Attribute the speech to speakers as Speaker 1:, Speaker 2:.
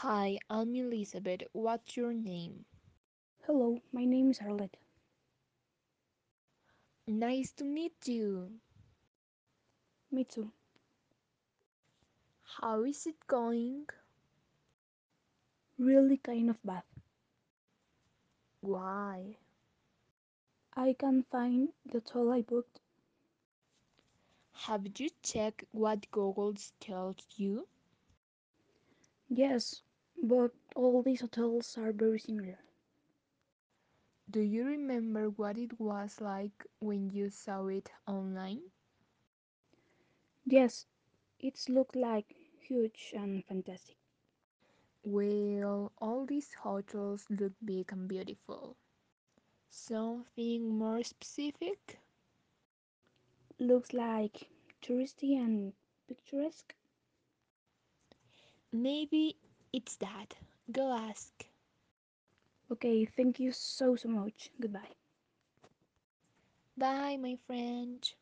Speaker 1: Hi, I'm Elizabeth. What's your name?
Speaker 2: Hello, my name is Arlette.
Speaker 1: Nice to meet you.
Speaker 2: Me too.
Speaker 1: How is it going?
Speaker 2: Really kind of bad.
Speaker 1: Why?
Speaker 2: I can't find the toll I booked.
Speaker 1: Have you checked what Google tells you?
Speaker 2: Yes, but all these hotels are very similar.
Speaker 1: Do you remember what it was like when you saw it online?
Speaker 2: Yes, it's looked like huge and fantastic.
Speaker 1: Well, all these hotels look big and beautiful. Something more specific?
Speaker 2: Looks like touristy and picturesque.
Speaker 1: Maybe it's that. Go ask.
Speaker 2: Okay, thank you so so much. Goodbye.
Speaker 1: Bye, my friend.